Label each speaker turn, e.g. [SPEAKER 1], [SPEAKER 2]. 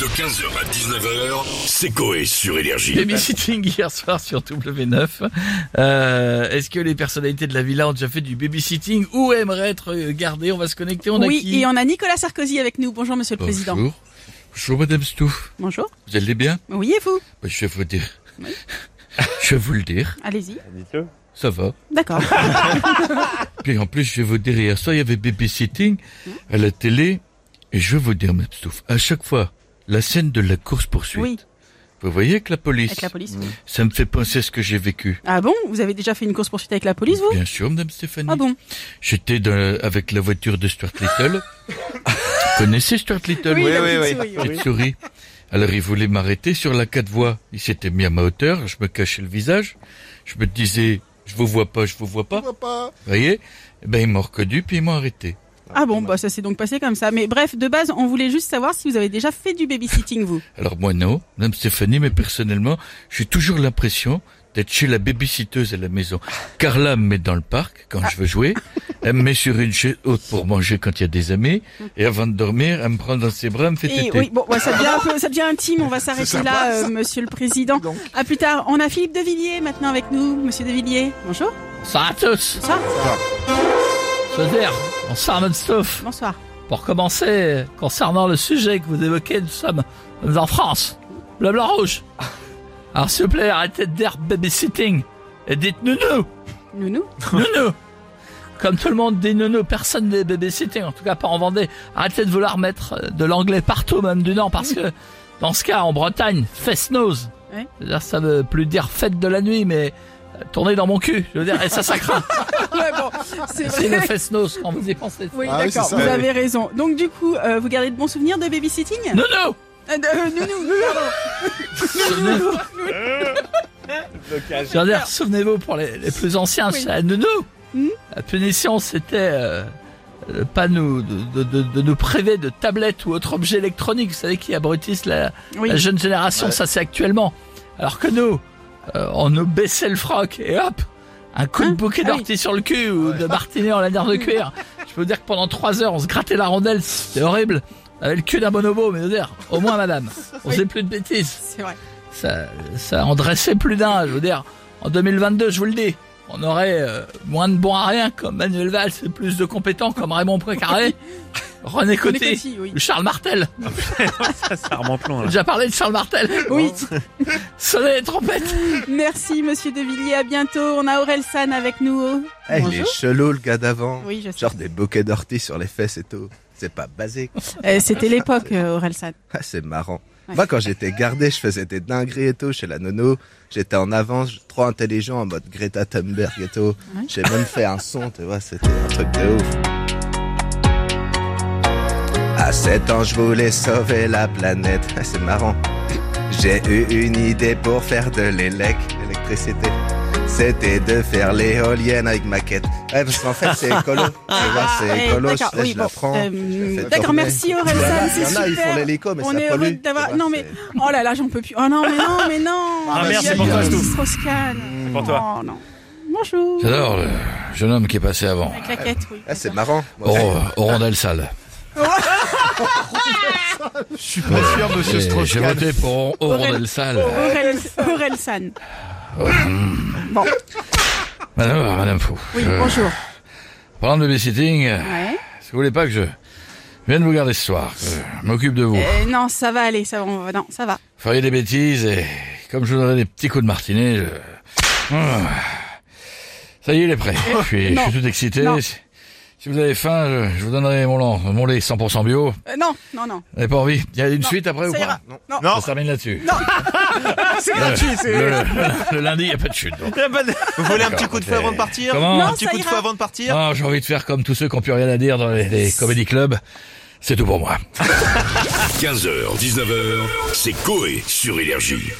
[SPEAKER 1] De 15h à 19h, c'est Coé sur Énergie.
[SPEAKER 2] Babysitting hier soir sur W9. Euh, Est-ce que les personnalités de la villa ont déjà fait du babysitting ou aimeraient être gardées On va se connecter. On a
[SPEAKER 3] oui,
[SPEAKER 2] qui
[SPEAKER 3] et on a Nicolas Sarkozy avec nous. Bonjour, Monsieur le Président.
[SPEAKER 4] Bonjour. Bonjour Madame Stouff.
[SPEAKER 3] Bonjour.
[SPEAKER 4] Vous allez bien
[SPEAKER 3] Oui, et vous
[SPEAKER 4] Bah, Je vais vous le dire. Je vais vous le dire.
[SPEAKER 3] Allez-y.
[SPEAKER 4] Ça va.
[SPEAKER 3] D'accord.
[SPEAKER 4] Puis en plus, je vais vous dire, hier soir, il y avait babysitting à la télé. Et je vais vous dire, Madame Stouff, à chaque fois, la scène de la course-poursuite.
[SPEAKER 3] Oui,
[SPEAKER 4] Vous voyez avec la police.
[SPEAKER 3] avec la police.
[SPEAKER 4] Ça me fait penser à ce que j'ai vécu.
[SPEAKER 3] Ah bon Vous avez déjà fait une course poursuite avec la police, vous
[SPEAKER 4] Bien sûr, Madame Stéphanie.
[SPEAKER 3] Ah bon
[SPEAKER 4] J'étais dans- avec la voiture de Stuart Little. vous connaissez Stuart Little
[SPEAKER 3] la petite souris, oui.
[SPEAKER 4] Petite souris. Alors il voulait m'arrêter sur la quatre voies. Il s'était mis à ma hauteur, je me cachais le visage. Je me disais, je vous vois pas, je vous vois pas. Vous voyez Eh Ben ils m'ont reconnu puis ils m'ont arrêté.
[SPEAKER 3] Ah bon, bah ça s'est donc passé comme ça. Mais bref, de base, on voulait juste savoir si vous avez déjà fait du babysitting, vous.
[SPEAKER 4] Alors moi non, Madame Stéphanie, mais personnellement, j'ai toujours l'impression d'être chez la babysitteuse à la maison. Carla me met dans le parc quand je veux jouer,
[SPEAKER 3] Ah.
[SPEAKER 4] elle me met sur une chaise haute pour manger quand il y a des amis, et avant de dormir, elle me prend dans ses bras, elle me fait
[SPEAKER 3] Et
[SPEAKER 4] téter.
[SPEAKER 3] oui, bon, bah, ça, devient un peu, ça devient intime. On va s'arrêter là, euh, Monsieur le Président. À plus tard. On a Philippe Devilliers maintenant avec nous. Monsieur Devilliers, bonjour.
[SPEAKER 2] Bonsoir à tous.
[SPEAKER 3] Bonsoir.
[SPEAKER 2] Je veux dire, bonsoir Monstoff.
[SPEAKER 3] Bonsoir.
[SPEAKER 2] Pour commencer, concernant le sujet que vous évoquez, nous sommes, nous sommes en France. Le blanc rouge. Alors s'il vous plaît, arrêtez de dire babysitting et dites nounou.
[SPEAKER 3] Nounou.
[SPEAKER 2] Nounou Comme tout le monde dit nounou, personne n'est babysitting, en tout cas pas en Vendée. Arrêtez de vouloir mettre euh, de l'anglais partout, même du Nord, parce que dans ce cas, en Bretagne, fest nose.
[SPEAKER 3] Ouais.
[SPEAKER 2] Là, ça veut plus dire fête de la nuit, mais euh, tourner dans mon cul, je veux dire, et ça, ça craint.
[SPEAKER 3] Ouais, bon, c'est
[SPEAKER 2] C'est le
[SPEAKER 3] vrai.
[SPEAKER 2] fest nose quand vous y pensez.
[SPEAKER 3] Oui,
[SPEAKER 5] Ah oui,
[SPEAKER 3] d'accord,
[SPEAKER 5] c'est ça.
[SPEAKER 3] vous avez raison. Donc du coup, euh, vous gardez de bons souvenirs de babysitting
[SPEAKER 2] Nounou
[SPEAKER 3] Euh, euh, nounou, pardon.
[SPEAKER 2] Je veux dire, souvenez-vous, pour les, les plus anciens,
[SPEAKER 3] Ah, Oui.
[SPEAKER 2] c'est la nounou.
[SPEAKER 3] Hmm.
[SPEAKER 2] La punition, c'était euh, euh, pas nous, de, de- de- de nous priver de tablettes ou autres objets électroniques, vous savez, qui abrutissent la,
[SPEAKER 5] Euh,
[SPEAKER 3] Oui.
[SPEAKER 2] la jeune génération, ça c'est actuellement. Alors que nous, euh, on nous baissait le froc et hop, un coup de
[SPEAKER 3] Hein
[SPEAKER 2] bouquet
[SPEAKER 3] Ah oui.
[SPEAKER 2] d'ortie sur le cul ou de martinet en lanière de cuir. Je peux vous dire que pendant trois heures, on se grattait la rondelle, c'était horrible. On avait le cul d'un bonobo, mais je veux dire, au moins madame, on
[SPEAKER 3] Oui.
[SPEAKER 2] faisait plus de bêtises.
[SPEAKER 3] C'est vrai.
[SPEAKER 2] Ça, ça en dressait plus d'un, je veux dire. En 2022, je vous le dis, on aurait euh, moins de bons à rien comme Manuel Valls et plus de compétents comme Raymond Précaré, René
[SPEAKER 3] Côté,
[SPEAKER 2] Coty
[SPEAKER 3] oui.
[SPEAKER 2] ou Charles Martel.
[SPEAKER 6] Ah, Ça remonte
[SPEAKER 2] J'ai déjà parlé de Charles Martel.
[SPEAKER 3] Oui.
[SPEAKER 2] Sonnez les trompettes.
[SPEAKER 3] Merci Monsieur De Villiers, à bientôt. On a Aurel San avec nous.
[SPEAKER 5] Eh, il
[SPEAKER 3] Bonjour.
[SPEAKER 5] est chelou le gars d'avant.
[SPEAKER 3] Oui, je sais.
[SPEAKER 5] Genre des bouquets d'ortie sur les fesses et tout. C'est pas basé. quoi.
[SPEAKER 3] Euh, C'était l'époque, euh, Aurel San.
[SPEAKER 5] Ah, c'est marrant.
[SPEAKER 3] Ouais.
[SPEAKER 5] Moi, quand j'étais gardé, je faisais des dingueries et tout chez la nono. J'étais en avance, trop intelligent, en mode Greta Thunberg et tout.
[SPEAKER 3] Ouais.
[SPEAKER 5] J'ai même fait un son, tu vois, c'était un truc de ouf. À 7 ans, je voulais sauver la planète. Ah, c'est marrant. J'ai eu une idée pour faire de l'élec, l'électricité. C'était de faire l'éolienne avec maquette. Ouais, parce qu'en fait, c'est écolo. Tu vois, ben, c'est
[SPEAKER 3] Eh,
[SPEAKER 5] écolo, je,
[SPEAKER 3] d'accord,
[SPEAKER 5] sais,
[SPEAKER 3] oui,
[SPEAKER 5] je
[SPEAKER 3] bon.
[SPEAKER 5] la prends.
[SPEAKER 3] Euh,
[SPEAKER 5] je la fais
[SPEAKER 3] D'accord,
[SPEAKER 5] tourner.
[SPEAKER 3] merci Aurel
[SPEAKER 5] Il y en a-
[SPEAKER 3] San, c'est
[SPEAKER 5] Il y en a, ils font
[SPEAKER 3] super.
[SPEAKER 5] l'hélico, mais
[SPEAKER 3] On
[SPEAKER 5] ça
[SPEAKER 3] est
[SPEAKER 5] pollue.
[SPEAKER 3] heureux
[SPEAKER 5] tu
[SPEAKER 3] d'avoir.
[SPEAKER 5] vois,
[SPEAKER 3] Non mais,
[SPEAKER 5] c'est-
[SPEAKER 3] oh là là, j'en peux plus. Oh non mais non mais non.
[SPEAKER 6] Ah, merci
[SPEAKER 3] Il y a
[SPEAKER 6] pour toi,
[SPEAKER 3] Dominique
[SPEAKER 6] Stouff.
[SPEAKER 3] Strauss-Kahn.
[SPEAKER 6] C'est pour toi.
[SPEAKER 3] Oh non. Bonjour.
[SPEAKER 4] J'adore le jeune homme qui est passé avant.
[SPEAKER 3] Avec la quête, oui.
[SPEAKER 5] Ah, c'est marrant. Moi,
[SPEAKER 4] Au, au rondel sale.
[SPEAKER 5] Je suis pas sûr,
[SPEAKER 4] Et J'ai voté pour au rondel sale.
[SPEAKER 3] Aurel, Aurel San. Bon,
[SPEAKER 4] Madame, Madame Fou.
[SPEAKER 3] oui,
[SPEAKER 4] je-
[SPEAKER 3] bonjour.
[SPEAKER 4] parlant de babysitting, euh,
[SPEAKER 3] Ouais.
[SPEAKER 4] si vous voulez pas que je vienne vous garder ce soir, que je m'occupe de vous.
[SPEAKER 3] Euh, non, ça va aller, ça va, on va- non, ça va.
[SPEAKER 4] Vous feriez des bêtises et comme je vous donnerais des petits coups de martinet, je- Ah. Ça y est, il est prêt. Je suis, je
[SPEAKER 3] non.
[SPEAKER 4] suis tout excité.
[SPEAKER 3] Non.
[SPEAKER 4] Si, si vous avez faim, je, je vous donnerai mon, lan- mon lait 100% bio.
[SPEAKER 3] Euh, non, non, non.
[SPEAKER 4] Vous n'avez pas envie Il y a une suite après ou
[SPEAKER 3] ça ira.
[SPEAKER 4] pas
[SPEAKER 3] Non.
[SPEAKER 4] Ça se termine là-dessus.
[SPEAKER 6] C'est gratuit, c'est.
[SPEAKER 4] Le, le- le lundi, il n'y a pas de chute. donc.
[SPEAKER 6] Vous voulez un petit
[SPEAKER 4] D'accord,
[SPEAKER 6] coup de
[SPEAKER 4] ok.
[SPEAKER 6] feu avant de partir
[SPEAKER 4] Comment
[SPEAKER 3] Non,
[SPEAKER 6] Un petit
[SPEAKER 3] ça
[SPEAKER 6] coup de
[SPEAKER 3] ira.
[SPEAKER 6] feu avant de partir
[SPEAKER 4] Ah, J'ai envie de faire comme tous ceux qui n'ont plus rien à dire dans les, les comédie clubs. C'est tout pour moi.
[SPEAKER 1] 15h, 19h, c'est Coé sur Énergie.